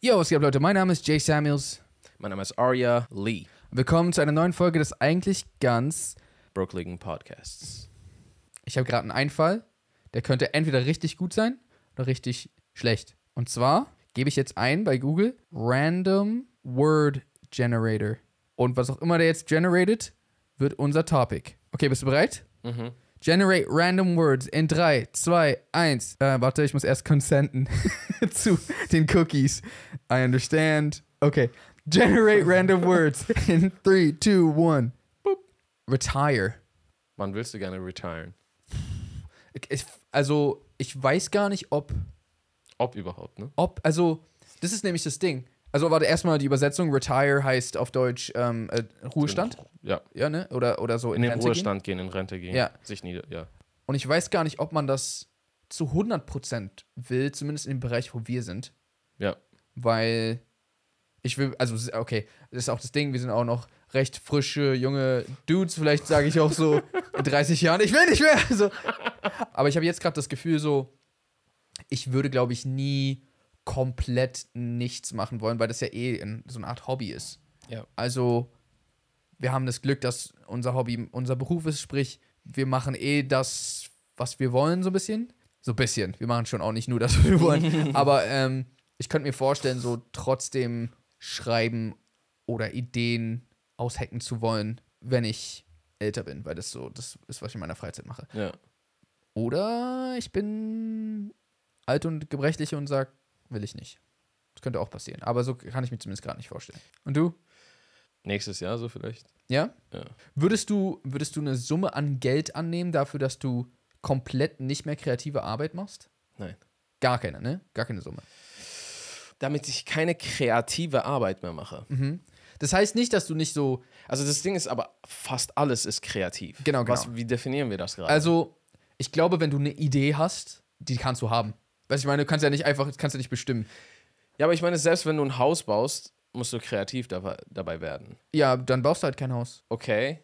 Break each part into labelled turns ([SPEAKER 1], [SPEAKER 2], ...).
[SPEAKER 1] Yo, was geht ab, Leute? Mein Name ist Jay Samuels.
[SPEAKER 2] Mein Name ist Arya Lee,
[SPEAKER 1] Willkommen zu einer neuen Folge des eigentlich ganz.
[SPEAKER 2] Brooklyn Podcasts.
[SPEAKER 1] Ich habe gerade einen Einfall, der könnte entweder richtig gut sein oder richtig schlecht. Und zwar gebe ich jetzt ein bei Google Random Word Generator. Und was auch immer der jetzt generated, wird unser Topic. Okay, bist du bereit?
[SPEAKER 2] Mhm.
[SPEAKER 1] Generate random words in 3, 2, 1. Äh, warte, ich muss erst consenten zu den Cookies. I understand. Okay. Generate random words in 3, 2, 1. Boop. Retire.
[SPEAKER 2] Wann willst du gerne retiren?
[SPEAKER 1] Ich- Ich, also, ich weiß gar nicht, ob,
[SPEAKER 2] Ob überhaupt, ne?
[SPEAKER 1] ob, also, das ist nämlich das Ding. Also, warte, erstmal die Übersetzung. Retire heißt auf Deutsch ähm, äh, Ruhestand.
[SPEAKER 2] Ja.
[SPEAKER 1] Ja, ne? Oder, oder so.
[SPEAKER 2] In den
[SPEAKER 1] Rente gehen.
[SPEAKER 2] Ruhestand gehen. in Rente gehen.
[SPEAKER 1] Ja.
[SPEAKER 2] Sich nieder, ja.
[SPEAKER 1] Und ich weiß gar nicht, ob man das zu 100% will, zumindest in dem Bereich, wo wir sind.
[SPEAKER 2] Ja.
[SPEAKER 1] Weil ich will, also, s- okay, das ist auch das Ding, wir sind auch noch recht frische, junge Dudes. Vielleicht sage ich auch so in 30 Jahren, ich will nicht mehr. So. Aber ich habe jetzt gerade das Gefühl, so, ich würde, glaube ich, nie komplett nichts machen wollen, weil das ja eh in, so eine Art Hobby ist.
[SPEAKER 2] Ja.
[SPEAKER 1] Also, wir haben das Glück, dass unser Hobby unser Beruf ist, sprich, wir machen eh das, was wir wollen, so ein bisschen. So ein bisschen. Wir machen schon auch nicht nur das, was wir wollen. Aber ähm, ich könnte mir vorstellen, so trotzdem schreiben oder Ideen aushacken zu wollen, wenn ich älter bin, weil das so, das ist, was ich in meiner Freizeit mache.
[SPEAKER 2] Ja.
[SPEAKER 1] Oder ich bin alt und gebrechlich und sag, will ich nicht. Das könnte auch passieren. Aber so kann ich mir zumindest gerade nicht vorstellen. Und du?
[SPEAKER 2] Nächstes Jahr so vielleicht.
[SPEAKER 1] Ja?
[SPEAKER 2] Ja.
[SPEAKER 1] Würdest du, würdest du eine Summe an Geld annehmen dafür, dass du komplett nicht mehr kreative Arbeit machst?
[SPEAKER 2] Nein.
[SPEAKER 1] Gar keine, ne? Gar keine Summe.
[SPEAKER 2] Damit ich keine kreative Arbeit mehr mache.
[SPEAKER 1] Das heißt nicht, dass du nicht so.
[SPEAKER 2] Also das Ding ist aber, fast alles ist kreativ.
[SPEAKER 1] Genau, genau.
[SPEAKER 2] Was, wie definieren wir das gerade?
[SPEAKER 1] Also, ich glaube, wenn du eine Idee hast, die kannst du haben. Weißt du, ich meine, du kannst ja nicht einfach, das kannst du nicht bestimmen.
[SPEAKER 2] ja, aber ich meine, selbst wenn du ein Haus baust, musst du kreativ dabei, dabei werden.
[SPEAKER 1] Ja, dann baust du halt kein Haus.
[SPEAKER 2] Okay.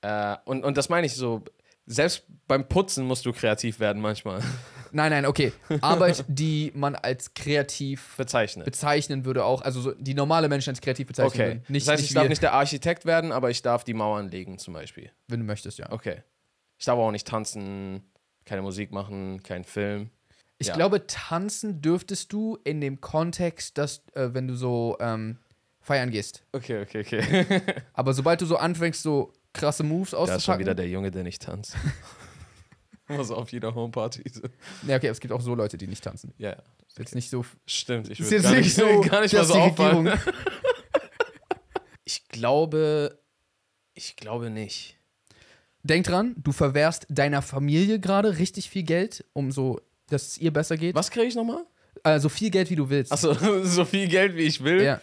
[SPEAKER 2] Äh, und, und das meine ich so, selbst beim Putzen musst du kreativ werden manchmal.
[SPEAKER 1] Nein, nein, okay. Arbeit, die man als kreativ
[SPEAKER 2] Bezeichnet.
[SPEAKER 1] bezeichnen würde, auch, also so, die normale Menschen als kreativ bezeichnen
[SPEAKER 2] Okay.
[SPEAKER 1] würden. Nicht,
[SPEAKER 2] das heißt, ich
[SPEAKER 1] nicht
[SPEAKER 2] darf
[SPEAKER 1] wir,
[SPEAKER 2] nicht der Architekt werden, aber ich darf die Mauern legen zum Beispiel.
[SPEAKER 1] wenn du möchtest, ja.
[SPEAKER 2] Okay. Ich darf auch nicht tanzen, keine Musik machen, keinen Film.
[SPEAKER 1] Ich
[SPEAKER 2] Ja.
[SPEAKER 1] glaube, tanzen dürftest du in dem Kontext, dass, äh, wenn du so ähm, feiern gehst.
[SPEAKER 2] Okay, okay, okay.
[SPEAKER 1] Aber sobald du so anfängst, so krasse Moves
[SPEAKER 2] Da ist schon wieder
[SPEAKER 1] auszupacken.
[SPEAKER 2] der Junge, der nicht tanzt. Was auf jeder Homeparty. so.
[SPEAKER 1] Ja, okay, es gibt auch so Leute, die nicht tanzen.
[SPEAKER 2] Ja, ja.
[SPEAKER 1] Ist jetzt nicht so.
[SPEAKER 2] stimmt. Ich
[SPEAKER 1] Ist
[SPEAKER 2] würd
[SPEAKER 1] jetzt nicht so.
[SPEAKER 2] gar nicht mal
[SPEAKER 1] dass
[SPEAKER 2] so
[SPEAKER 1] die
[SPEAKER 2] auffallen.
[SPEAKER 1] Regierung-
[SPEAKER 2] Ich glaube, ich glaube nicht.
[SPEAKER 1] Denk dran, du verwehrst deiner Familie gerade richtig viel Geld, um so, dass es ihr besser geht.
[SPEAKER 2] Was kriege ich nochmal?
[SPEAKER 1] Also viel Geld, wie du willst.
[SPEAKER 2] Achso, so viel Geld, wie ich will.
[SPEAKER 1] Ja,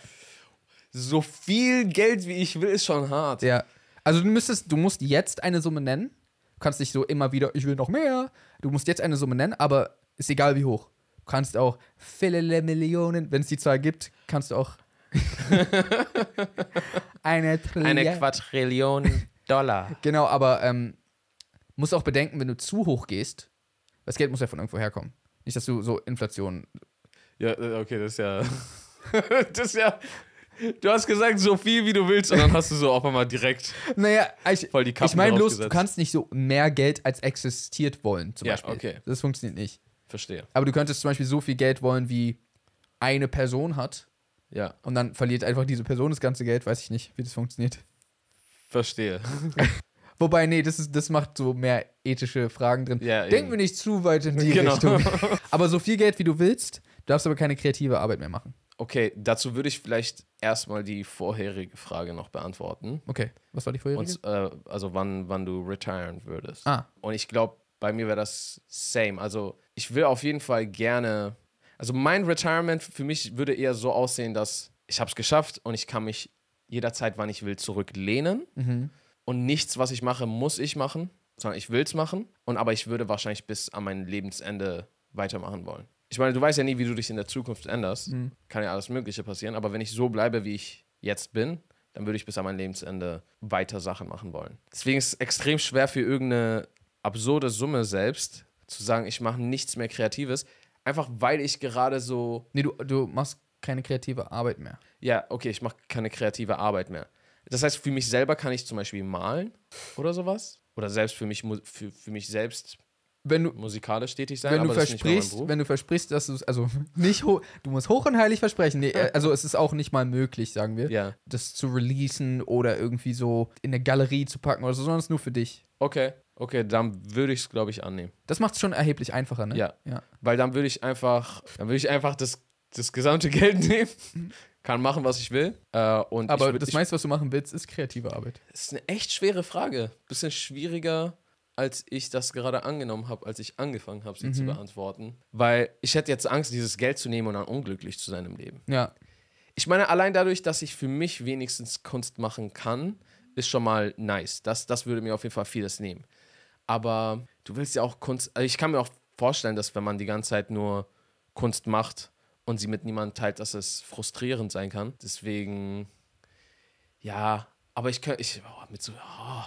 [SPEAKER 2] So viel Geld, wie ich will, ist schon hart.
[SPEAKER 1] ja. Also du müsstest, du musst jetzt eine Summe nennen. Du kannst nicht so immer wieder, ich will noch mehr. Du musst jetzt eine Summe nennen, aber ist egal wie hoch. Du kannst auch viele Millionen, wenn es die Zahl gibt, kannst du auch eine Trillion.
[SPEAKER 2] Eine Quadrillion Dollar.
[SPEAKER 1] Genau, aber ähm, musst auch bedenken, wenn du zu hoch gehst, das Geld muss ja von irgendwo herkommen. Nicht, dass du so Inflation.
[SPEAKER 2] Ja, äh, okay, das ist ja. das ist ja. Du hast gesagt, so viel wie du willst, und dann hast du so auf einmal direkt
[SPEAKER 1] Naja, ich,
[SPEAKER 2] voll die Kappe
[SPEAKER 1] ich meine bloß, du kannst nicht so mehr Geld als existiert wollen, zum
[SPEAKER 2] Ja,
[SPEAKER 1] Beispiel.
[SPEAKER 2] okay.
[SPEAKER 1] Das funktioniert nicht.
[SPEAKER 2] Verstehe.
[SPEAKER 1] Aber du könntest zum Beispiel so viel Geld wollen, wie eine Person hat.
[SPEAKER 2] Ja,
[SPEAKER 1] Und dann verliert einfach diese Person das ganze Geld. Weiß ich nicht, wie das funktioniert.
[SPEAKER 2] verstehe.
[SPEAKER 1] Wobei, nee, das, ist, das macht so mehr ethische Fragen drin.
[SPEAKER 2] Ja,
[SPEAKER 1] Denken
[SPEAKER 2] eben.
[SPEAKER 1] wir nicht zu weit in die
[SPEAKER 2] Genau.
[SPEAKER 1] Richtung. Aber so viel Geld, wie du willst, du darfst aber keine kreative Arbeit mehr machen.
[SPEAKER 2] Okay, dazu würde ich vielleicht erstmal die vorherige Frage noch beantworten.
[SPEAKER 1] Okay, was war die vorherige?
[SPEAKER 2] Und, äh, also, wann, wann du retiren würdest.
[SPEAKER 1] Ah.
[SPEAKER 2] Und ich glaube, bei mir wäre das same. Also, ich will auf jeden Fall gerne. Also, mein Retirement für mich würde eher so aussehen, dass ich habe es geschafft und ich kann mich jederzeit, wann ich will, zurücklehnen.
[SPEAKER 1] Mhm.
[SPEAKER 2] und nichts, was ich mache, muss ich machen, sondern ich will es machen. Und aber ich würde wahrscheinlich bis an mein Lebensende weitermachen wollen. Ich meine, du weißt ja nie, wie du dich in der Zukunft änderst. Kann ja alles Mögliche passieren. Aber wenn ich so bleibe, wie ich jetzt bin, dann würde ich bis an mein Lebensende weiter Sachen machen wollen. Deswegen ist es extrem schwer für irgendeine absurde Summe selbst, zu sagen, ich mache nichts mehr Kreatives, einfach weil ich gerade so,
[SPEAKER 1] Nee, du, du machst keine kreative Arbeit mehr.
[SPEAKER 2] ja, okay, ich mache keine kreative Arbeit mehr. Das heißt, für mich selber kann ich zum Beispiel malen oder sowas. Oder selbst für mich, mu- für, für mich selbst
[SPEAKER 1] Wenn du,
[SPEAKER 2] musikalisch tätig sein,
[SPEAKER 1] wenn
[SPEAKER 2] aber
[SPEAKER 1] du
[SPEAKER 2] das ist nicht mal mein
[SPEAKER 1] versprichst,
[SPEAKER 2] Beruf.
[SPEAKER 1] wenn du versprichst, dass du es, also nicht hoch, du musst hoch und heilig versprechen. Nee, äh, also es ist auch nicht mal möglich, sagen wir,
[SPEAKER 2] Ja,
[SPEAKER 1] das zu releasen oder irgendwie so in eine Galerie zu packen oder so, sondern es ist nur für dich.
[SPEAKER 2] okay, okay, dann würde ich es, glaube ich, annehmen.
[SPEAKER 1] Das macht es schon erheblich einfacher, ne?
[SPEAKER 2] Ja.
[SPEAKER 1] ja.
[SPEAKER 2] Weil dann würde ich einfach, dann würde ich einfach das, das gesamte Geld nehmen, kann machen, was ich will. Äh, und
[SPEAKER 1] Aber
[SPEAKER 2] ich würd,
[SPEAKER 1] das
[SPEAKER 2] ich,
[SPEAKER 1] meiste, was du machen willst, ist kreative Arbeit.
[SPEAKER 2] das ist eine echt schwere Frage. Bisschen schwieriger, als ich das gerade angenommen habe, als ich angefangen habe, sie zu beantworten. Weil ich hätte jetzt Angst, dieses Geld zu nehmen und dann unglücklich zu sein im Leben.
[SPEAKER 1] Ja.
[SPEAKER 2] Ich meine, allein dadurch, dass ich für mich wenigstens Kunst machen kann, ist schon mal nice. Das, das würde mir auf jeden Fall vieles nehmen. Aber du willst ja auch Kunst. Also ich kann mir auch vorstellen, dass wenn man die ganze Zeit nur Kunst macht und sie mit niemandem teilt, dass es frustrierend sein kann. Deswegen, ja, aber ich könnte. Ich, oh, mit so, oh.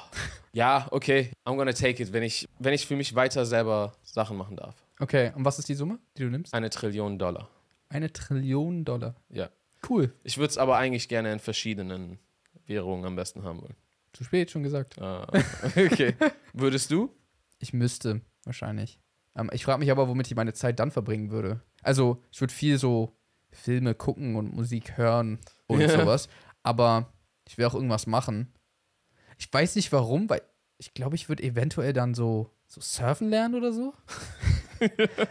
[SPEAKER 2] Ja, okay, I'm gonna take it, wenn ich, wenn ich für mich weiter selber Sachen machen darf.
[SPEAKER 1] Okay, und was ist die Summe, die du nimmst?
[SPEAKER 2] Eine Trillion Dollar.
[SPEAKER 1] Eine Trillion Dollar.
[SPEAKER 2] Ja.
[SPEAKER 1] Cool.
[SPEAKER 2] Ich würde es aber eigentlich gerne in verschiedenen Währungen am besten haben wollen.
[SPEAKER 1] Zu spät, schon gesagt.
[SPEAKER 2] Ah, okay. Würdest du?
[SPEAKER 1] Ich müsste, wahrscheinlich. Ähm, ich frage mich aber, womit ich meine Zeit dann verbringen würde. Also, ich würde viel so Filme gucken und Musik hören und
[SPEAKER 2] Ja.
[SPEAKER 1] sowas. Aber ich will auch irgendwas machen. Ich weiß nicht warum, weil ich glaube, ich würde eventuell dann so, so surfen lernen oder so.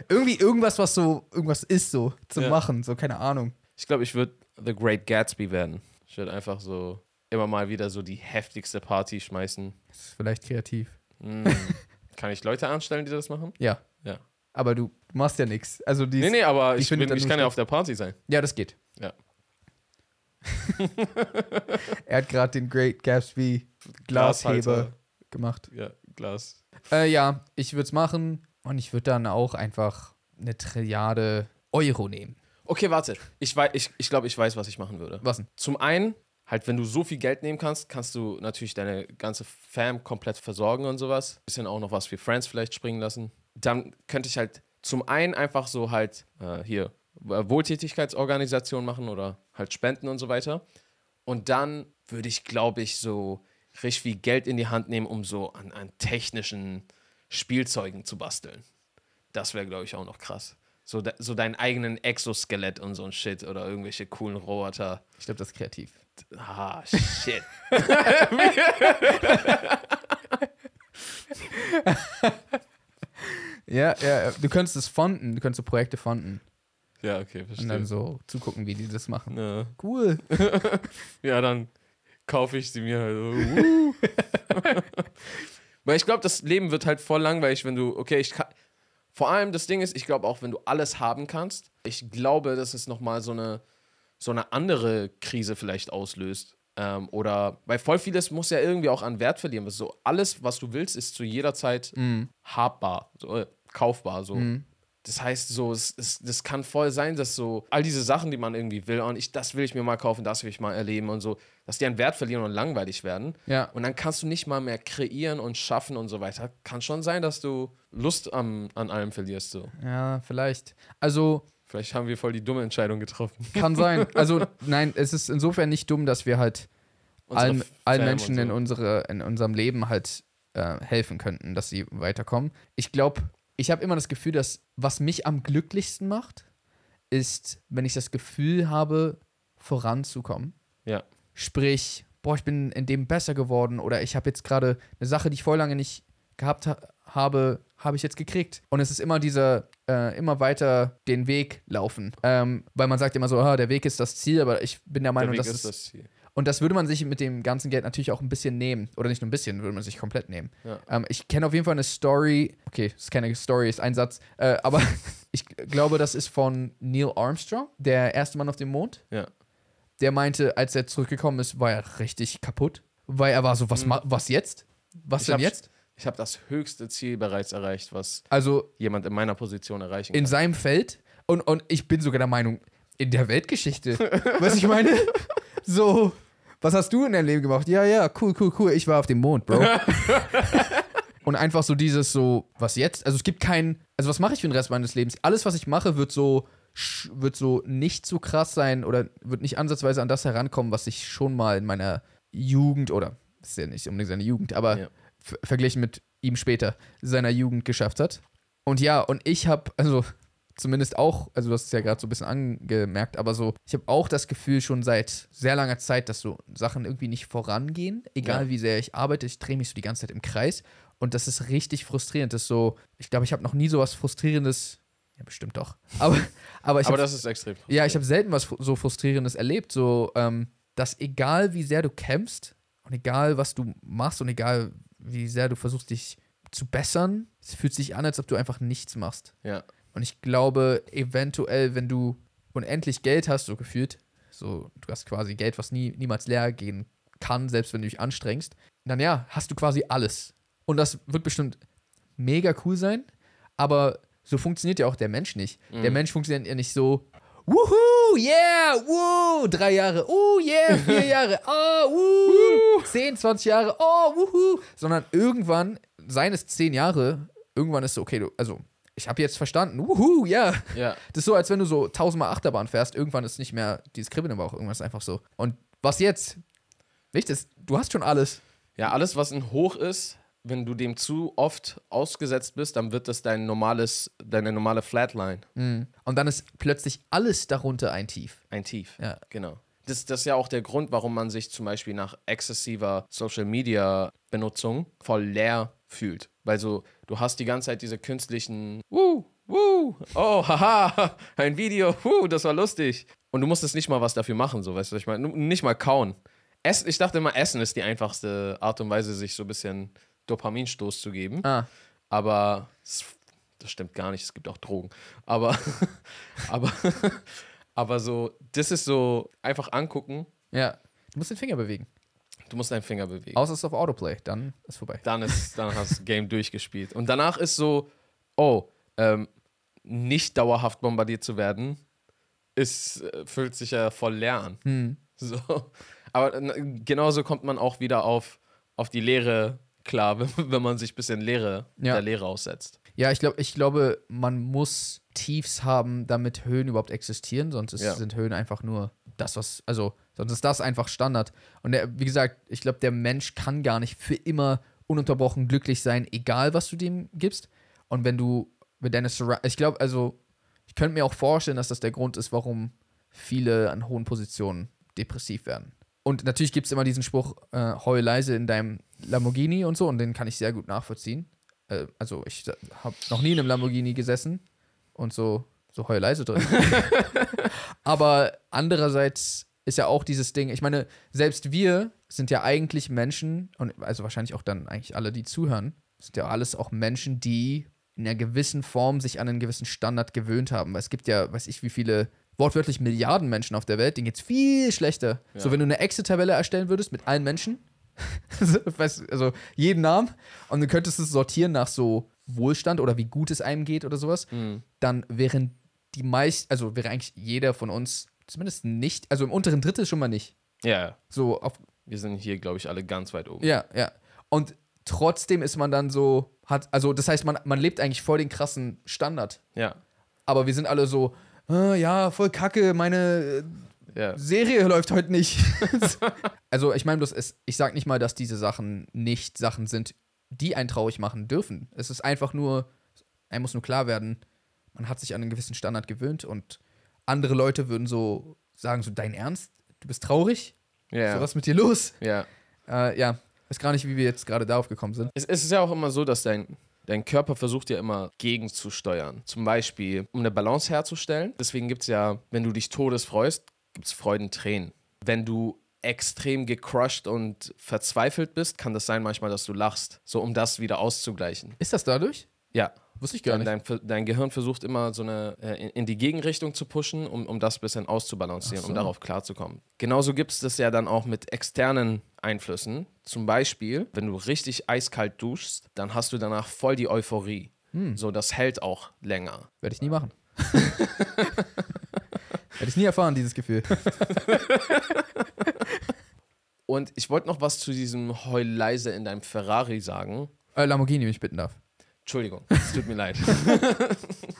[SPEAKER 1] Irgendwie irgendwas, was so, irgendwas ist, so zu
[SPEAKER 2] Ja.
[SPEAKER 1] machen. So, keine Ahnung.
[SPEAKER 2] Ich glaube, ich würde The Great Gatsby werden. Ich würde einfach so immer mal wieder so die heftigste Party schmeißen.
[SPEAKER 1] Das ist vielleicht kreativ.
[SPEAKER 2] Mm. Kann ich Leute anstellen, die das machen?
[SPEAKER 1] Ja.
[SPEAKER 2] Ja.
[SPEAKER 1] Aber du machst ja nichts. Also, die
[SPEAKER 2] Nee, nee, aber
[SPEAKER 1] die
[SPEAKER 2] ich,
[SPEAKER 1] findet
[SPEAKER 2] bin,
[SPEAKER 1] dann
[SPEAKER 2] ich
[SPEAKER 1] nur
[SPEAKER 2] kann
[SPEAKER 1] statt.
[SPEAKER 2] ja auf der Party sein.
[SPEAKER 1] Ja, das geht.
[SPEAKER 2] Ja.
[SPEAKER 1] er hat gerade den Great Gatsby Glasheber gemacht.
[SPEAKER 2] Ja, Glas.
[SPEAKER 1] Äh, ja, ich würde es machen und ich würde dann auch einfach eine Trilliarde Euro nehmen.
[SPEAKER 2] Okay, warte. Ich, wei- ich, ich glaube, ich weiß, was ich machen würde.
[SPEAKER 1] Was denn?
[SPEAKER 2] Zum einen, halt, wenn du so viel Geld nehmen kannst, kannst du natürlich deine ganze Fam komplett versorgen und sowas. Bisschen auch noch was für Friends vielleicht springen lassen. Dann könnte ich halt zum einen einfach so halt äh, hier äh, Wohltätigkeitsorganisationen machen oder halt Spenden und so weiter. Und dann würde ich, glaube ich, so richtig viel Geld in die Hand nehmen, um so an, an technischen Spielzeugen zu basteln. Das wäre, glaube ich, auch noch krass. So, de so deinen eigenen Exoskelett und so ein Shit oder irgendwelche coolen Roboter.
[SPEAKER 1] Ich glaube, das ist kreativ.
[SPEAKER 2] Ah, shit.
[SPEAKER 1] Ja, ja, ja. du könntest es fonden, du könntest so Projekte fonden
[SPEAKER 2] ja, okay,
[SPEAKER 1] und
[SPEAKER 2] verstehe.
[SPEAKER 1] dann so zugucken, wie die das machen.
[SPEAKER 2] Ja.
[SPEAKER 1] Cool.
[SPEAKER 2] ja, dann kaufe ich sie mir halt. Oh, uh. so. Wuhu. Weil ich glaube, das Leben wird halt voll langweilig, wenn du, okay, ich kann. Vor allem das Ding ist, ich glaube auch, wenn du alles haben kannst, ich glaube, dass es nochmal so eine, so eine andere Krise vielleicht auslöst. Ähm, oder, weil voll vieles muss ja irgendwie auch an Wert verlieren. So alles, was du willst, ist zu jeder Zeit habbar, so, äh, kaufbar. So. Das heißt, so, es, es, das kann voll sein, dass so all diese Sachen, die man irgendwie will, und ich, das will ich mir mal kaufen, das will ich mal erleben und so, dass die an Wert verlieren und langweilig werden.
[SPEAKER 1] Ja.
[SPEAKER 2] Und dann kannst du nicht mal mehr kreieren und schaffen und so weiter. Kann schon sein, dass du Lust am, an allem verlierst. So.
[SPEAKER 1] Ja, vielleicht. Also,
[SPEAKER 2] Vielleicht haben wir voll die dumme Entscheidung getroffen.
[SPEAKER 1] kann sein. Also, nein, es ist insofern nicht dumm, dass wir halt
[SPEAKER 2] Unsere
[SPEAKER 1] allen,
[SPEAKER 2] F-
[SPEAKER 1] allen
[SPEAKER 2] Fam
[SPEAKER 1] Menschen in,
[SPEAKER 2] und
[SPEAKER 1] unsere, in unserem Leben halt äh, helfen könnten, dass sie weiterkommen. Ich glaube, ich habe immer das Gefühl, dass was mich am glücklichsten macht, ist, wenn ich das Gefühl habe, voranzukommen.
[SPEAKER 2] Ja.
[SPEAKER 1] Sprich, boah, ich bin in dem besser geworden oder ich habe jetzt gerade eine Sache, die ich voll lange nicht gehabt ha habe, habe ich jetzt gekriegt. Und es ist immer dieser, äh, immer weiter den Weg laufen. Ähm, weil man sagt immer so, ah, der Weg ist das Ziel, aber ich bin der
[SPEAKER 2] so.
[SPEAKER 1] Meinung,
[SPEAKER 2] Der Weg
[SPEAKER 1] dass
[SPEAKER 2] ist
[SPEAKER 1] es
[SPEAKER 2] das Ziel.
[SPEAKER 1] und das würde man sich mit dem ganzen Geld natürlich auch ein bisschen nehmen. Oder nicht nur ein bisschen, würde man sich komplett nehmen.
[SPEAKER 2] Ja.
[SPEAKER 1] Ähm, ich kenne auf jeden Fall eine Story. Okay, es ist keine Story, ist ein Satz. Äh, aber ich g- glaube, das ist von Neil Armstrong, der erste Mann auf dem Mond.
[SPEAKER 2] Ja.
[SPEAKER 1] Der meinte, als er zurückgekommen ist, war er richtig kaputt. Weil er war so, was, ma- was jetzt?
[SPEAKER 2] Mhm.
[SPEAKER 1] Was
[SPEAKER 2] Ich
[SPEAKER 1] denn
[SPEAKER 2] hab's-
[SPEAKER 1] jetzt?
[SPEAKER 2] Ich habe das höchste Ziel bereits erreicht, was
[SPEAKER 1] Also
[SPEAKER 2] jemand in meiner Position erreichen
[SPEAKER 1] in
[SPEAKER 2] kann.
[SPEAKER 1] seinem Feld. Und, und ich bin sogar der Meinung, in der Weltgeschichte. was ich meine? So, was hast du in deinem Leben gemacht? Ja, ja, cool, cool, cool. Ich war auf dem Mond, Bro. Und einfach so dieses so, was jetzt? Also es gibt keinen, also was mache ich für den Rest meines Lebens? Alles, was ich mache, wird so, sch- wird so nicht so krass sein oder wird nicht ansatzweise an das herankommen, was ich schon mal in meiner Jugend oder, ist ja nicht unbedingt seine Jugend, aber
[SPEAKER 2] Ja.
[SPEAKER 1] ver- verglichen mit ihm später, seiner Jugend geschafft hat. Und ja, und ich habe, also zumindest auch, also du hast es ja gerade so ein bisschen angemerkt, aber so, ich habe auch das Gefühl schon seit sehr langer Zeit, dass so Sachen irgendwie nicht vorangehen, egal
[SPEAKER 2] Ja.
[SPEAKER 1] wie sehr ich arbeite, ich drehe mich so die ganze Zeit im Kreis und das ist richtig frustrierend. Das ist so, ich glaube, ich habe noch nie sowas frustrierendes, ja bestimmt doch, aber, aber ich
[SPEAKER 2] Aber
[SPEAKER 1] habe
[SPEAKER 2] das ist extrem.
[SPEAKER 1] ja, ich habe selten was fu- so Frustrierendes erlebt. So, ähm, dass egal wie sehr du kämpfst und egal was du machst und egal wie sehr du versuchst, dich zu bessern, es fühlt sich an, als ob du einfach nichts machst.
[SPEAKER 2] Ja.
[SPEAKER 1] Und ich glaube, eventuell, wenn du unendlich Geld hast, so gefühlt, so du hast quasi Geld, was nie, niemals leer gehen kann, selbst wenn du dich anstrengst, dann ja, hast du quasi alles. Und das wird bestimmt mega cool sein, aber so funktioniert ja auch der Mensch nicht. Der Mensch funktioniert ja nicht so, wuhu, yeah, woo, drei Jahre, oh yeah, vier Jahre, oh, woo, zehn, zwanzig Jahre, oh, wuhu, sondern irgendwann, seien es zehn Jahre, irgendwann ist so, okay, du, also, ich habe jetzt verstanden, wuhu, ja.
[SPEAKER 2] Ja.
[SPEAKER 1] Das ist so, als wenn du so tausendmal Achterbahn fährst, irgendwann ist nicht mehr dieses Kribbeln im Bauch, irgendwann ist einfach so. Und was jetzt? Wichtig ist, du hast schon alles.
[SPEAKER 2] Ja, alles, was ein Hoch ist, wenn du dem zu oft ausgesetzt bist, dann wird das dein normales, deine normale Flatline,
[SPEAKER 1] Und dann ist plötzlich alles darunter ein Tief.
[SPEAKER 2] ein Tief.
[SPEAKER 1] Ja.
[SPEAKER 2] Genau. Das, das ist ja auch der Grund, warum man sich zum Beispiel nach exzessiver Social Media Benutzung voll leer fühlt. Weil so, du hast die ganze Zeit diese künstlichen Wuh, wuh, oh, haha, ein Video, wuh, das war lustig. Und du musstest nicht mal was dafür machen, so, weißt du, was ich meine, nicht mal kauen. Essen, ich dachte immer, Essen ist die einfachste Art und Weise, sich so ein bisschen Dopaminstoß zu geben.
[SPEAKER 1] Ah.
[SPEAKER 2] Aber es, das stimmt gar nicht, es gibt auch Drogen. Aber, aber, aber so, das ist so, einfach angucken,
[SPEAKER 1] Ja. Du musst den Finger bewegen.
[SPEAKER 2] du musst deinen Finger bewegen.
[SPEAKER 1] Außer es ist auf Autoplay, dann ist vorbei.
[SPEAKER 2] Dann, ist, dann hast du das Game durchgespielt. Und danach ist so, oh, ähm, nicht dauerhaft bombardiert zu werden, ist, äh, fühlt sich ja voll leer an. So. Aber äh, genauso kommt man auch wieder auf, auf die Lehre klar, wenn, wenn man sich ein bisschen Lehre,
[SPEAKER 1] Ja.
[SPEAKER 2] der Lehre aussetzt.
[SPEAKER 1] Ja, ich, glaub, ich glaube, man muss Tiefs haben, damit Höhen überhaupt existieren. Sonst ist,
[SPEAKER 2] Ja.
[SPEAKER 1] sind Höhen einfach nur das, was. Also, sonst ist das einfach Standard. Und der, wie gesagt, ich glaube, der Mensch kann gar nicht für immer ununterbrochen glücklich sein, egal was du dem gibst. Und wenn du mit deiner Surra Ich glaube, also, ich könnte mir auch vorstellen, dass das der Grund ist, warum viele an hohen Positionen depressiv werden. Und natürlich gibt es immer diesen Spruch, äh, heul leise in deinem Lamborghini und so, und den kann ich sehr gut nachvollziehen. Äh, also ich habe noch nie in einem Lamborghini gesessen und so, so heul leise drin. Aber andererseits ist ja auch dieses Ding, ich meine, selbst wir sind ja eigentlich Menschen, und also wahrscheinlich auch dann eigentlich alle, die zuhören, sind ja alles auch Menschen, die in einer gewissen Form sich an einen gewissen Standard gewöhnt haben. Weil es gibt ja, weiß ich, wie viele, wortwörtlich Milliarden Menschen auf der Welt, denen geht's viel schlechter. So, wenn du eine Excel-Tabelle erstellen würdest mit allen Menschen, weißt, also jeden Namen, und du könntest es sortieren nach so Wohlstand oder wie gut es einem geht oder sowas, dann wären die meisten, also wäre eigentlich jeder von uns zumindest nicht, also im unteren Drittel schon mal nicht.
[SPEAKER 2] Ja, ja.
[SPEAKER 1] So auf,
[SPEAKER 2] wir sind hier, glaube ich, alle ganz weit oben.
[SPEAKER 1] ja, ja. Und trotzdem ist man dann so, hat, also das heißt, man, man lebt eigentlich voll den krassen Standard.
[SPEAKER 2] Ja,
[SPEAKER 1] Aber wir sind alle so, äh, ja, voll kacke, meine
[SPEAKER 2] ja.
[SPEAKER 1] Serie läuft heute nicht. also ich meine bloß, es, ich sage nicht mal, dass diese Sachen nicht Sachen sind, die einen traurig machen dürfen. Es ist einfach nur, einem muss nur klar werden, man hat sich an einen gewissen Standard gewöhnt und andere Leute würden so sagen, so dein Ernst, du bist traurig,
[SPEAKER 2] Ja,
[SPEAKER 1] so was ist mit dir los.
[SPEAKER 2] ja.
[SPEAKER 1] Äh, ja, weiß gar nicht, wie wir jetzt gerade darauf gekommen sind.
[SPEAKER 2] Es, es ist ja auch immer so, dass dein, dein Körper versucht ja immer gegenzusteuern. Zum Beispiel, um eine Balance herzustellen. Deswegen gibt es ja, wenn du dich todesfreust, gibt es Freudentränen. Wenn du extrem gecrushed und verzweifelt bist, kann das sein manchmal, dass du lachst. So, um das wieder auszugleichen.
[SPEAKER 1] Ist das dadurch?
[SPEAKER 2] Ja.
[SPEAKER 1] Wusste ich gar
[SPEAKER 2] Dein,
[SPEAKER 1] nicht.
[SPEAKER 2] dein, dein Gehirn versucht immer so eine äh, in, in die Gegenrichtung zu pushen, um, um das ein bisschen auszubalancieren, um darauf klarzukommen. Genauso gibt es das ja dann auch mit externen Einflüssen. Zum Beispiel, wenn du richtig eiskalt duschst, dann hast du danach voll die Euphorie.
[SPEAKER 1] Hm.
[SPEAKER 2] So, das hält auch länger.
[SPEAKER 1] Werde ich nie machen. Werde ich nie erfahren, dieses Gefühl.
[SPEAKER 2] Und ich wollte noch was zu diesem Heul leise in deinem Ferrari sagen,
[SPEAKER 1] Äh, Lamborghini, wenn ich bitten darf.
[SPEAKER 2] Entschuldigung, es tut mir leid.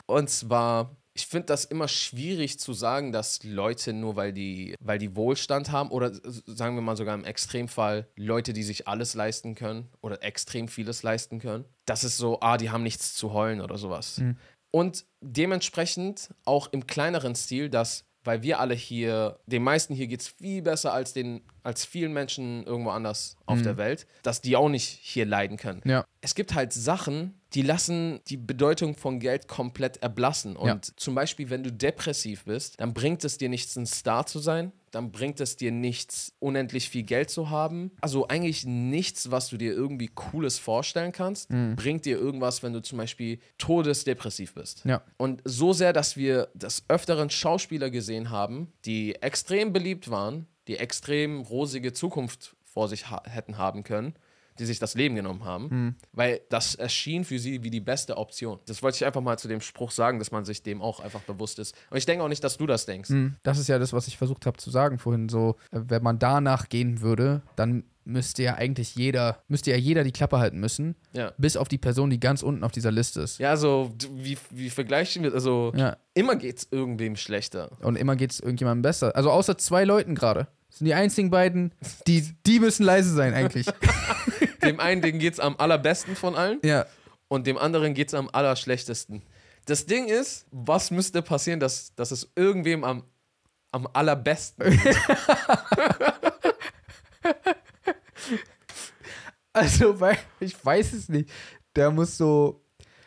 [SPEAKER 2] Und zwar, ich finde das immer schwierig zu sagen, dass Leute nur weil die, weil die Wohlstand haben oder s- sagen wir mal sogar im Extremfall Leute, die sich alles leisten können oder extrem vieles leisten können, das ist so, ah, die haben nichts zu heulen oder sowas. Und dementsprechend auch im kleineren Stil, dass weil wir alle hier, den meisten hier geht es viel besser als den, als vielen Menschen irgendwo anders auf der Welt, dass die auch nicht hier leiden können
[SPEAKER 1] Ja.
[SPEAKER 2] es gibt halt Sachen, die lassen die Bedeutung von Geld komplett erblassen. Und
[SPEAKER 1] Ja.
[SPEAKER 2] zum Beispiel, wenn du depressiv bist, dann bringt es dir nichts, ein Star zu sein. Dann bringt es dir nichts, unendlich viel Geld zu haben. Also eigentlich nichts, was du dir irgendwie Cooles vorstellen kannst, bringt dir irgendwas, wenn du zum Beispiel todesdepressiv bist.
[SPEAKER 1] Ja.
[SPEAKER 2] Und so sehr, dass wir des Öfteren Schauspieler gesehen haben, die extrem beliebt waren, die extrem rosige Zukunft vor sich ha hätten haben können, die sich das Leben genommen haben,
[SPEAKER 1] Mhm.
[SPEAKER 2] weil das erschien für sie wie die beste Option. Das wollte ich einfach mal zu dem Spruch sagen, dass man sich dem auch einfach bewusst ist. Und ich denke auch nicht, dass du das denkst.
[SPEAKER 1] Hm, Das ist ja das, was ich versucht habe zu sagen vorhin. So, äh, wenn man danach gehen würde, dann müsste ja eigentlich jeder, müsste ja jeder die Klappe halten müssen,
[SPEAKER 2] Ja.
[SPEAKER 1] bis auf die Person, die ganz unten auf dieser Liste ist.
[SPEAKER 2] Ja, also d- wie, wie vergleichen wir, also
[SPEAKER 1] Ja.
[SPEAKER 2] immer geht's irgendwem schlechter.
[SPEAKER 1] Und immer geht es irgendjemandem besser. Also außer zwei Leuten gerade. Das sind die einzigen beiden, die, die müssen leise sein eigentlich.
[SPEAKER 2] Dem einen, denen geht's am allerbesten von allen.
[SPEAKER 1] ja.
[SPEAKER 2] und dem anderen geht es am allerschlechtesten. Das Ding ist, was müsste passieren, dass, dass es irgendwem am, am allerbesten geht?
[SPEAKER 1] Also, weil, ich weiß es nicht. Der muss so.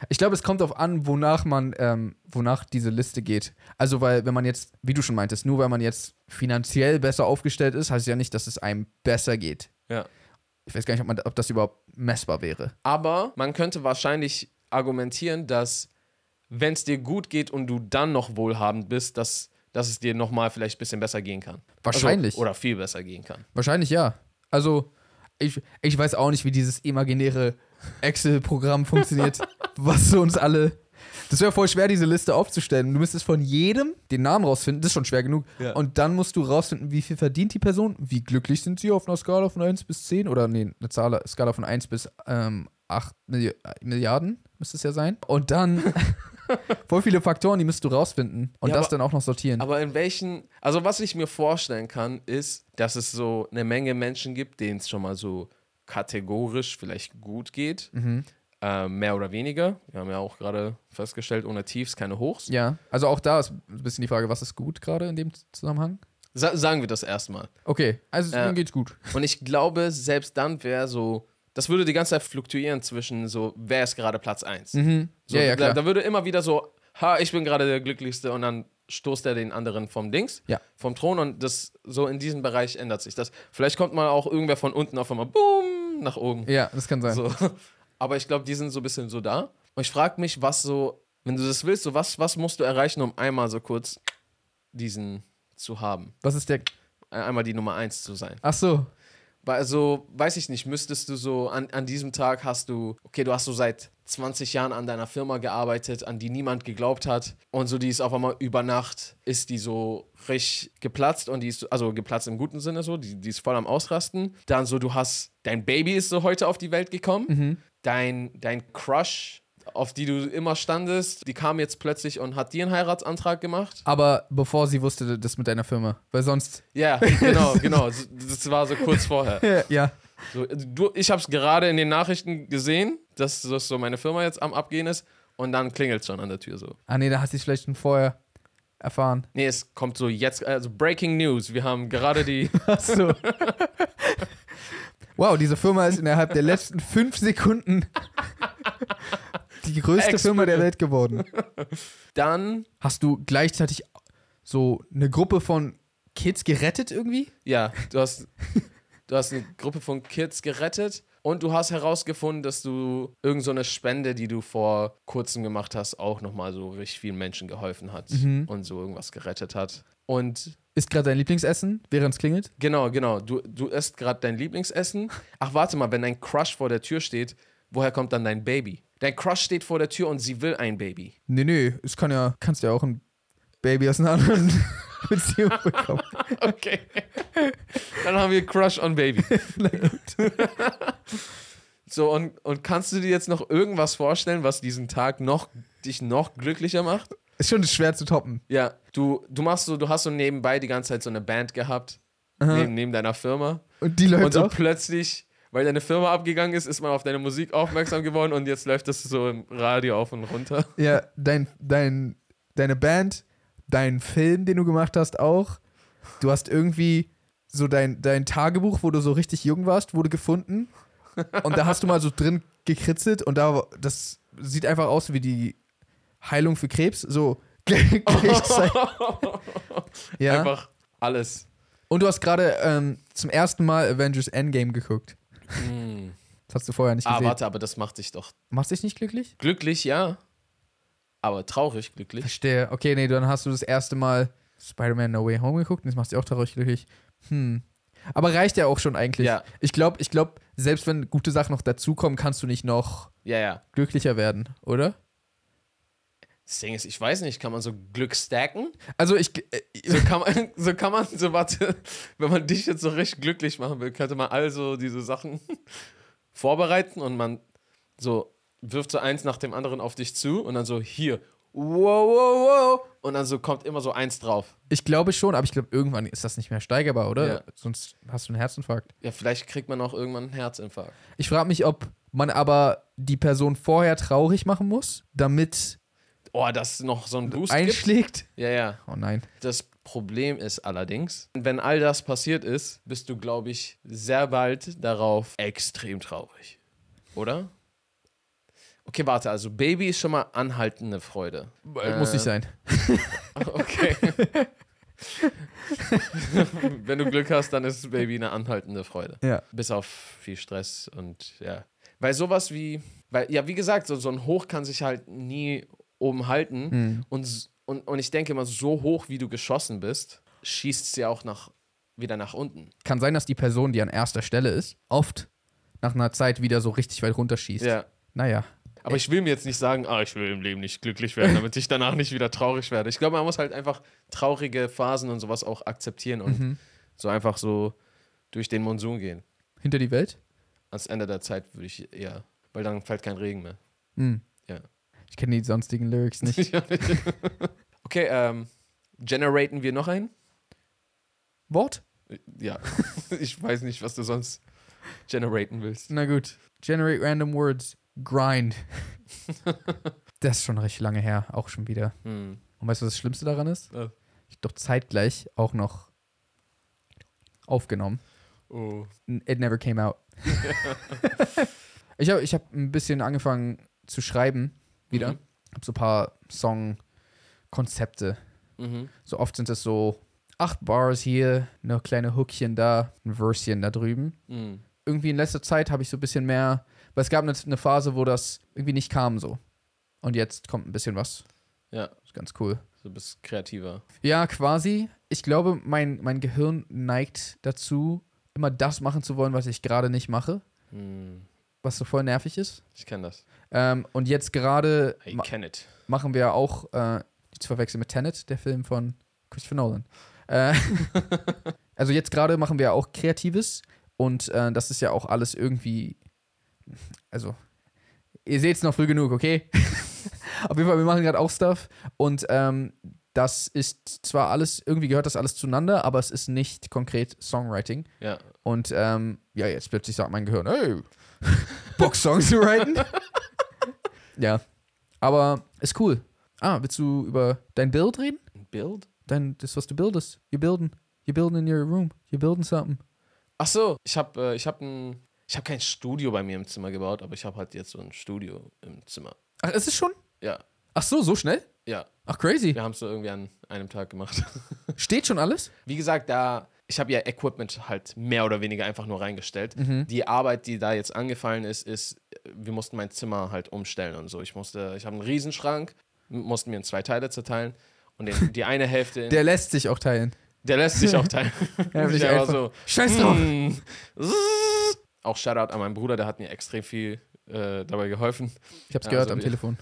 [SPEAKER 1] Ich glaube, es kommt darauf an, wonach man, ähm, wonach diese Liste geht. Also, weil, wenn man jetzt, wie du schon meintest, nur weil man jetzt finanziell besser aufgestellt ist, heißt ja nicht, dass es einem besser geht.
[SPEAKER 2] Ja.
[SPEAKER 1] Ich weiß gar nicht, ob, man, ob das überhaupt messbar wäre.
[SPEAKER 2] Aber man könnte wahrscheinlich argumentieren, dass wenn es dir gut geht und du dann noch wohlhabend bist, dass, dass es dir nochmal vielleicht ein bisschen besser gehen kann.
[SPEAKER 1] Wahrscheinlich.
[SPEAKER 2] Also, oder viel besser gehen kann.
[SPEAKER 1] Wahrscheinlich ja. Also, ich, ich weiß auch nicht, wie dieses imaginäre Excel-Programm funktioniert, was uns alle. Das wäre voll schwer, diese Liste aufzustellen. Du müsstest von jedem den Namen rausfinden, das ist schon schwer genug.
[SPEAKER 2] Ja.
[SPEAKER 1] Und dann musst du rausfinden, wie viel verdient die Person, wie glücklich sind sie auf einer Skala von 1 bis 10 oder nee, eine Zahl, Skala von 1 bis ähm, 8 Milli Milliarden müsste es ja sein. Und dann voll viele Faktoren, die müsstest du rausfinden und
[SPEAKER 2] Ja,
[SPEAKER 1] das
[SPEAKER 2] aber-
[SPEAKER 1] dann auch noch sortieren.
[SPEAKER 2] Aber in welchen, also was ich mir vorstellen kann, ist, dass es so eine Menge Menschen gibt, denen es schon mal so kategorisch vielleicht gut geht. Ähm, mehr oder weniger. Wir haben ja auch gerade festgestellt, ohne Tiefs keine Hochs.
[SPEAKER 1] ja, also auch da ist ein bisschen die Frage, was ist gut gerade in dem Zusammenhang?
[SPEAKER 2] Sa sagen wir das erstmal.
[SPEAKER 1] Okay, also
[SPEAKER 2] Ja.
[SPEAKER 1] mir geht's gut.
[SPEAKER 2] Und ich glaube, selbst dann wäre so, das würde die ganze Zeit fluktuieren zwischen so, wer ist gerade Platz 1. Mhm. So,
[SPEAKER 1] ja, ja,
[SPEAKER 2] da,
[SPEAKER 1] klar.
[SPEAKER 2] da würde immer wieder so, ha, ich bin gerade der Glücklichste und dann stoßt er den anderen vom Dings,
[SPEAKER 1] Ja.
[SPEAKER 2] vom Thron und das so in diesem Bereich ändert sich das. Vielleicht kommt mal auch irgendwer von unten auf einmal, boom, nach oben.
[SPEAKER 1] ja, das kann sein.
[SPEAKER 2] So. Aber ich glaube, die sind so ein bisschen so da. Und ich frage mich, was so, wenn du das willst, so was, was musst du erreichen, um einmal so kurz diesen zu haben?
[SPEAKER 1] Was ist der.
[SPEAKER 2] Ein- Einmal die Nummer 1 zu sein.
[SPEAKER 1] Ach so.
[SPEAKER 2] Weil also, weiß ich nicht, müsstest du so, an, an diesem Tag hast du, okay, du hast so seit 20 Jahren an deiner Firma gearbeitet, an die niemand geglaubt hat. Und so, die ist auf einmal über Nacht, ist die so richtig geplatzt und die ist, also geplatzt im guten Sinne so, die, die ist voll am Ausrasten. Dann so, du hast, dein Baby ist so heute auf die Welt gekommen. Dein, dein Crush, auf die du immer standest, die kam jetzt plötzlich und hat dir einen Heiratsantrag gemacht.
[SPEAKER 1] Aber bevor sie wusste, das mit deiner Firma. Weil sonst.
[SPEAKER 2] Ja, genau, genau. So, Das war so kurz vorher.
[SPEAKER 1] Ja.
[SPEAKER 2] So, du, ich habe es gerade in den Nachrichten gesehen, dass das so meine Firma jetzt am Abgehen ist und dann klingelt schon an der Tür so.
[SPEAKER 1] Ah, nee, da hast du es vielleicht schon vorher erfahren.
[SPEAKER 2] Nee, es kommt so jetzt, also Breaking News, wir haben gerade die,
[SPEAKER 1] Ach so. wow, diese Firma ist innerhalb der letzten fünf Sekunden die größte Firma der Welt geworden.
[SPEAKER 2] dann,
[SPEAKER 1] Hast du gleichzeitig so eine Gruppe von Kids gerettet irgendwie?
[SPEAKER 2] ja, du hast, du hast eine Gruppe von Kids gerettet und du hast herausgefunden, dass du irgend so eine Spende, die du vor kurzem gemacht hast, auch nochmal so richtig vielen Menschen geholfen hat und so irgendwas gerettet hat. Und
[SPEAKER 1] Ist gerade dein Lieblingsessen, während es klingelt?
[SPEAKER 2] Genau, genau. Du, du isst gerade dein Lieblingsessen. Ach, warte mal, wenn dein Crush vor der Tür steht, woher kommt dann dein Baby? Dein Crush steht vor der Tür und sie will ein Baby.
[SPEAKER 1] Nee, nee, es kann ja, kannst ja auch ein Baby aus einer anderen Beziehung bekommen.
[SPEAKER 2] Okay. Dann haben wir Crush on Baby. So, und, und kannst du dir jetzt noch irgendwas vorstellen, was diesen Tag noch, dich noch glücklicher macht?
[SPEAKER 1] Ist schon schwer zu toppen.
[SPEAKER 2] Ja, du, du machst so, du hast so nebenbei die ganze Zeit so eine Band gehabt,
[SPEAKER 1] Aha.
[SPEAKER 2] neben, neben deiner Firma.
[SPEAKER 1] Und die
[SPEAKER 2] Und
[SPEAKER 1] Leute
[SPEAKER 2] so
[SPEAKER 1] auch.
[SPEAKER 2] plötzlich, weil deine Firma abgegangen ist, ist man auf deine Musik aufmerksam geworden und jetzt läuft das so im Radio auf und runter.
[SPEAKER 1] Ja, dein, dein, deine Band, dein Film, den du gemacht hast, auch. Du hast irgendwie so dein, dein Tagebuch, wo du so richtig jung warst, wurde gefunden. Und da hast du mal so drin gekritzelt und da das sieht einfach aus wie die Heilung für Krebs. So gleichzeitig. ja.
[SPEAKER 2] Einfach alles.
[SPEAKER 1] Und du hast gerade ähm, zum ersten Mal Avengers Endgame geguckt. Das hast du vorher nicht
[SPEAKER 2] Hm. Ah,
[SPEAKER 1] gesehen.
[SPEAKER 2] warte, aber das macht dich doch
[SPEAKER 1] Machst dich nicht glücklich?
[SPEAKER 2] glücklich, ja. Aber traurig glücklich.
[SPEAKER 1] Verstehe. Okay, nee, dann hast du das erste Mal Spider-Man No Way Home geguckt und das macht dich auch traurig glücklich. Hm. Aber reicht ja auch schon eigentlich.
[SPEAKER 2] Ja.
[SPEAKER 1] Ich glaube, ich glaub, selbst wenn gute Sachen noch dazukommen, kannst du nicht noch
[SPEAKER 2] Ja, ja.
[SPEAKER 1] glücklicher werden, oder?
[SPEAKER 2] Das Ding ist, ich weiß nicht, kann man so Glück stacken?
[SPEAKER 1] Also ich. Äh,
[SPEAKER 2] So kann man, so kann man, so warte, wenn man dich jetzt so richtig glücklich machen will, könnte man also diese Sachen vorbereiten und man so wirft so eins nach dem anderen auf dich zu und dann so hier, wow, wow, wow, und dann so kommt immer so eins drauf.
[SPEAKER 1] ich glaube schon, aber ich glaube, irgendwann ist das nicht mehr steigerbar, oder?
[SPEAKER 2] Ja.
[SPEAKER 1] Sonst hast du einen Herzinfarkt.
[SPEAKER 2] Ja, vielleicht kriegt man auch irgendwann einen Herzinfarkt.
[SPEAKER 1] Ich frage mich, ob man aber die Person vorher traurig machen muss, damit
[SPEAKER 2] Oh, das noch so ein Boost gibt.
[SPEAKER 1] einschlägt.
[SPEAKER 2] Ja, ja.
[SPEAKER 1] Oh nein.
[SPEAKER 2] Das Problem ist allerdings, wenn all das passiert ist, bist du, glaube ich, sehr bald darauf extrem traurig. Oder? Okay, warte, also Baby ist schon mal anhaltende Freude.
[SPEAKER 1] Muss
[SPEAKER 2] Äh,
[SPEAKER 1] nicht sein.
[SPEAKER 2] Okay. wenn du Glück hast, dann ist Baby eine anhaltende Freude.
[SPEAKER 1] Ja.
[SPEAKER 2] Bis auf viel Stress und ja. Weil sowas wie, weil, ja, wie gesagt, so, so ein Hoch kann sich halt nie oben halten. Und, s- und, und ich denke immer, so hoch wie du geschossen bist, schießt es ja auch nach, wieder nach unten.
[SPEAKER 1] Kann sein, dass die Person, die an erster Stelle ist, oft nach einer Zeit wieder so richtig weit runterschießt.
[SPEAKER 2] Ja.
[SPEAKER 1] Naja.
[SPEAKER 2] Aber ich will mir jetzt nicht sagen, ah, ich will im Leben nicht glücklich werden, damit ich danach nicht wieder traurig werde. Ich glaube, man muss halt einfach traurige Phasen und sowas auch akzeptieren und
[SPEAKER 1] Mhm.
[SPEAKER 2] so einfach so durch den Monsun gehen.
[SPEAKER 1] Hinter die Welt?
[SPEAKER 2] Ans Ende der Zeit würde ich eher, weil dann fällt kein Regen mehr.
[SPEAKER 1] Hm.
[SPEAKER 2] Ja.
[SPEAKER 1] Ich kenne die sonstigen Lyrics nicht.
[SPEAKER 2] okay, ähm, generaten wir noch einen?
[SPEAKER 1] Wort?
[SPEAKER 2] Ja. ich weiß nicht, was du sonst generaten willst.
[SPEAKER 1] Na gut. Generate random words. Grind. das ist schon recht lange her, auch schon wieder.
[SPEAKER 2] Hm.
[SPEAKER 1] Und weißt du, was das Schlimmste daran ist?
[SPEAKER 2] Was?
[SPEAKER 1] Ich hab doch zeitgleich auch noch aufgenommen.
[SPEAKER 2] Oh.
[SPEAKER 1] N- It never came out. ich habe ich hab ein bisschen angefangen zu schreiben wieder.
[SPEAKER 2] Mhm.
[SPEAKER 1] Hab so ein paar Songkonzepte
[SPEAKER 2] Mhm.
[SPEAKER 1] So oft sind es so acht Bars hier, eine kleine Hookchen da, ein Verschen da drüben.
[SPEAKER 2] Mhm.
[SPEAKER 1] Irgendwie in letzter Zeit habe ich so ein bisschen mehr, weil es gab eine, eine Phase, wo das irgendwie nicht kam so. Und jetzt kommt ein bisschen was.
[SPEAKER 2] Ja,
[SPEAKER 1] Ist ganz cool.
[SPEAKER 2] du bist kreativer.
[SPEAKER 1] Ja, quasi. Ich glaube, mein, mein Gehirn neigt dazu, immer das machen zu wollen, was ich gerade nicht mache,
[SPEAKER 2] Hm.
[SPEAKER 1] was so voll nervig ist.
[SPEAKER 2] Ich kenne das.
[SPEAKER 1] Ähm, und jetzt gerade
[SPEAKER 2] I
[SPEAKER 1] ma
[SPEAKER 2] can it.
[SPEAKER 1] machen wir auch, äh, nicht zu verwechseln mit Tenet, der Film von Christopher Nolan. Äh, also jetzt gerade machen wir auch Kreatives und äh, das ist ja auch alles irgendwie, also ihr seht es noch früh genug, okay? Auf jeden Fall, wir machen gerade auch Stuff und ähm, das ist zwar alles, irgendwie gehört das alles zueinander, aber es ist nicht konkret Songwriting.
[SPEAKER 2] Ja.
[SPEAKER 1] Und ähm, ja, jetzt plötzlich sagt mein Gehirn, hey, Bock Songs zu writen? ja. Aber ist cool. Ah, willst du über dein Bild reden?
[SPEAKER 2] Build?
[SPEAKER 1] Dein, das, was du bildest. You building. You building in your room. You building something.
[SPEAKER 2] Ach so, ich habe äh, ich hab ein ich habe kein Studio bei mir im Zimmer gebaut, aber ich habe halt jetzt so ein Studio im Zimmer.
[SPEAKER 1] Ach, ist es schon?
[SPEAKER 2] Ja,
[SPEAKER 1] Ach so, so schnell?
[SPEAKER 2] ja,
[SPEAKER 1] Ach, crazy.
[SPEAKER 2] wir haben es so irgendwie an einem Tag gemacht.
[SPEAKER 1] Steht schon alles?
[SPEAKER 2] Wie gesagt, da ich habe ja Equipment halt mehr oder weniger einfach nur reingestellt. Die Arbeit, die da jetzt angefallen ist, ist äh, wir mussten mein Zimmer halt umstellen und so. Ich musste ich habe einen Riesenschrank, m- mussten mir in zwei Teile zerteilen und den, die eine Hälfte in, der,
[SPEAKER 1] Der lässt sich auch teilen.
[SPEAKER 2] lässt sich auch teilen.
[SPEAKER 1] Ja,
[SPEAKER 2] Ich
[SPEAKER 1] nicht
[SPEAKER 2] einfach
[SPEAKER 1] einfach.
[SPEAKER 2] so,
[SPEAKER 1] Scheiß drauf.
[SPEAKER 2] Mm. Zzzz. Auch Shoutout an meinen Bruder, der hat mir extrem viel äh, dabei geholfen.
[SPEAKER 1] Ich hab's
[SPEAKER 2] Ja,
[SPEAKER 1] gehört
[SPEAKER 2] also
[SPEAKER 1] am
[SPEAKER 2] wir-
[SPEAKER 1] Telefon.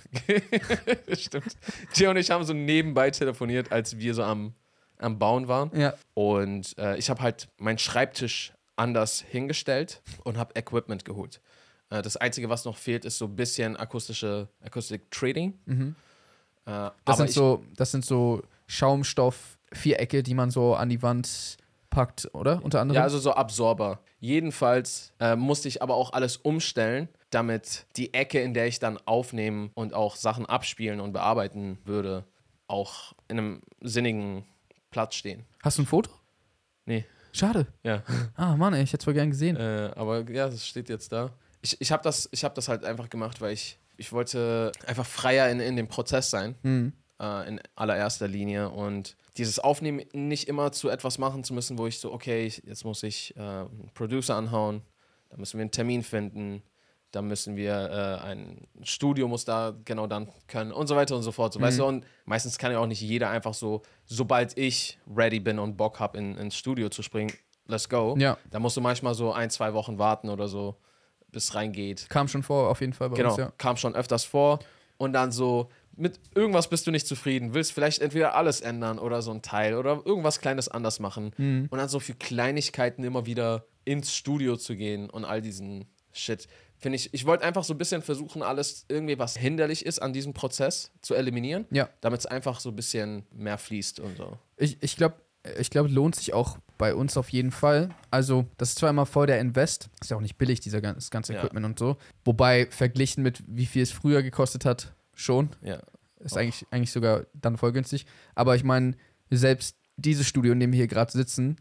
[SPEAKER 2] Stimmt. Jay und ich haben so nebenbei telefoniert, als wir so am, am Bauen waren.
[SPEAKER 1] Ja.
[SPEAKER 2] Und äh, ich habe halt meinen Schreibtisch anders hingestellt und habe Equipment geholt. Äh, das Einzige, was noch fehlt, ist so ein bisschen akustische Akustik-Trading.
[SPEAKER 1] Mhm.
[SPEAKER 2] Äh,
[SPEAKER 1] Das
[SPEAKER 2] aber
[SPEAKER 1] sind,
[SPEAKER 2] ich,
[SPEAKER 1] so, das sind so Schaumstoff-Vierecke, die man so an die Wand packt, oder? Unter anderem.
[SPEAKER 2] Ja, also so Absorber. Jedenfalls äh, musste ich aber auch alles umstellen, damit die Ecke, in der ich dann aufnehmen und auch Sachen abspielen und bearbeiten würde, auch in einem sinnigen Platz stehen.
[SPEAKER 1] Hast du ein Foto?
[SPEAKER 2] Nee.
[SPEAKER 1] Schade.
[SPEAKER 2] Ja.
[SPEAKER 1] Ah, Mann, ey, ich hätte es voll gern gesehen.
[SPEAKER 2] Äh, aber ja, das steht jetzt da. Ich, ich habe das, ich hab das halt einfach gemacht, weil ich, ich wollte einfach freier in, in dem Prozess sein,
[SPEAKER 1] Hm.
[SPEAKER 2] äh, in allererster Linie. Und dieses Aufnehmen nicht immer zu etwas machen zu müssen, wo ich so, okay, ich, jetzt muss ich äh, einen Producer anhauen, da müssen wir einen Termin finden, da müssen wir äh, ein Studio muss da genau dann können und so weiter und so fort. So,
[SPEAKER 1] Mhm.
[SPEAKER 2] weißt du, und meistens kann ja auch nicht jeder einfach so, sobald ich ready bin und Bock habe, in, ins Studio zu springen, let's go.
[SPEAKER 1] Ja.
[SPEAKER 2] Da musst du manchmal so ein, zwei Wochen warten oder so, bis reingeht.
[SPEAKER 1] Kam schon vor, auf jeden Fall bei
[SPEAKER 2] Genau,
[SPEAKER 1] uns, ja.
[SPEAKER 2] kam schon öfters vor. Und dann so, mit irgendwas bist du nicht zufrieden, willst vielleicht entweder alles ändern oder so ein Teil oder irgendwas Kleines anders machen. Und dann so für Kleinigkeiten immer wieder ins Studio zu gehen und all diesen Shit. Finde ich, ich wollte einfach so ein bisschen versuchen, alles irgendwie, was hinderlich ist an diesem Prozess, zu eliminieren,
[SPEAKER 1] Ja.
[SPEAKER 2] damit es einfach so ein bisschen mehr fließt und so.
[SPEAKER 1] Ich, ich glaube, ich glaub, lohnt sich auch bei uns auf jeden Fall. Also, das ist zwar immer voll der Invest, ist ja auch nicht billig, dieser, gan- das ganze
[SPEAKER 2] Ja.
[SPEAKER 1] Equipment und so. Wobei, verglichen mit wie viel es früher gekostet hat, schon.
[SPEAKER 2] Ja.
[SPEAKER 1] Ist
[SPEAKER 2] Och.
[SPEAKER 1] eigentlich, eigentlich sogar dann voll günstig. Aber ich meine, selbst dieses Studio, in dem wir hier gerade sitzen,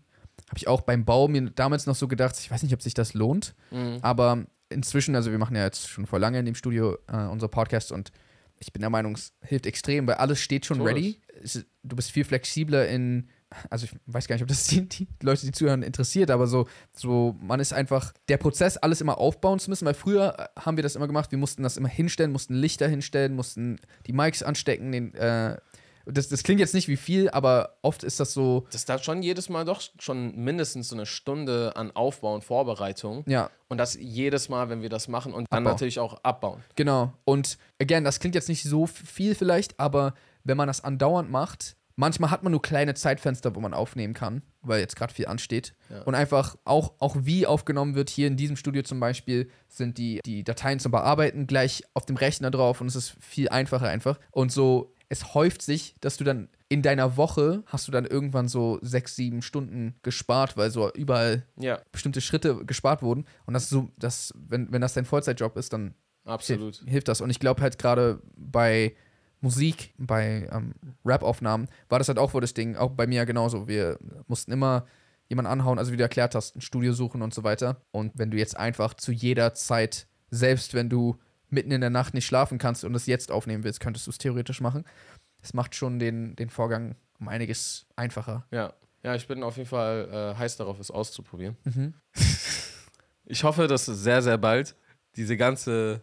[SPEAKER 1] habe ich auch beim Bau mir damals noch so gedacht, ich weiß nicht, ob sich das lohnt.
[SPEAKER 2] Mhm.
[SPEAKER 1] Aber inzwischen, also wir machen ja jetzt schon vor lange in dem Studio äh, unsere Podcasts und ich bin der Meinung, es hilft extrem, weil alles steht schon
[SPEAKER 2] Todes.
[SPEAKER 1] ready. Es, ist- du bist viel flexibler in, also ich weiß gar nicht, ob das die, die Leute, die zuhören, interessiert, aber so, so, man ist einfach, der Prozess, alles immer aufbauen zu müssen, weil früher äh, haben wir das immer gemacht, wir mussten das immer hinstellen, mussten Lichter hinstellen, mussten die Mics anstecken, den, äh, das, das klingt jetzt nicht wie viel, aber oft ist das so,
[SPEAKER 2] Das dauert schon jedes Mal doch schon mindestens so eine Stunde an Aufbau und Vorbereitung.
[SPEAKER 1] ja,
[SPEAKER 2] Und das jedes Mal, wenn wir das machen und dann
[SPEAKER 1] Abbau.
[SPEAKER 2] natürlich auch abbauen.
[SPEAKER 1] Genau. Und again, das klingt jetzt nicht so f- viel vielleicht, aber wenn man das andauernd macht, manchmal hat man nur kleine Zeitfenster, wo man aufnehmen kann, weil jetzt gerade viel ansteht.
[SPEAKER 2] Ja.
[SPEAKER 1] Und einfach auch, auch wie aufgenommen wird, hier in diesem Studio zum Beispiel, sind die, die Dateien zum Bearbeiten gleich auf dem Rechner drauf und es ist viel einfacher einfach. Und so, es häuft sich, dass du dann in deiner Woche hast du dann irgendwann so sechs, sieben Stunden gespart, weil so überall
[SPEAKER 2] Ja,
[SPEAKER 1] bestimmte Schritte gespart wurden. Und das ist so, das, wenn, wenn das dein Vollzeitjob ist, dann
[SPEAKER 2] absolut.
[SPEAKER 1] Hilft, hilft das. Und ich glaube halt gerade bei Musik, bei ähm, Rap-Aufnahmen, war das halt auch wohl das Ding, auch bei mir genauso. Wir mussten immer jemanden anhauen, also wie du erklärt hast, ein Studio suchen und so weiter. Und wenn du jetzt einfach zu jeder Zeit, selbst wenn du mitten in der Nacht nicht schlafen kannst und es jetzt aufnehmen willst, könntest du es theoretisch machen. Das macht schon den, den Vorgang um einiges einfacher.
[SPEAKER 2] Ja. ja, ich bin auf jeden Fall äh, heiß darauf, es auszuprobieren. Ich hoffe, dass es sehr, sehr bald diese ganze.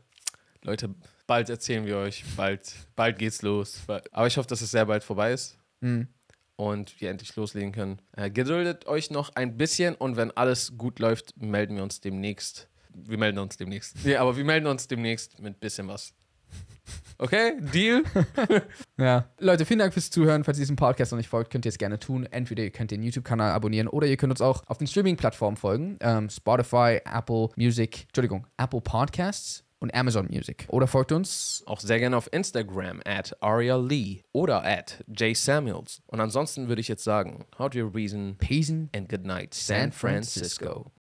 [SPEAKER 2] Leute, bald erzählen wir euch, bald, bald geht's los. Aber ich hoffe, dass es sehr bald vorbei ist
[SPEAKER 1] Mhm.
[SPEAKER 2] und wir endlich loslegen können. Äh, geduldet euch noch ein bisschen und wenn alles gut läuft, melden wir uns demnächst. Wir melden uns demnächst. Nee, aber wir melden uns demnächst mit bisschen was. Okay, Deal?
[SPEAKER 1] Ja. Leute, vielen Dank fürs Zuhören. Falls ihr diesem Podcast noch nicht folgt, könnt ihr es gerne tun. Entweder ihr könnt den YouTube-Kanal abonnieren oder ihr könnt uns auch auf den Streaming-Plattformen folgen. Ähm, Spotify, Apple Music, Entschuldigung, Apple Podcasts und Amazon Music. Oder folgt uns.
[SPEAKER 2] Auch sehr gerne auf Instagram at Aria Lee oder at J Samuels. Und ansonsten würde ich jetzt sagen, how do you reason
[SPEAKER 1] Pesen
[SPEAKER 2] and good night,
[SPEAKER 1] San
[SPEAKER 2] San
[SPEAKER 1] Francisco.
[SPEAKER 2] Francisco.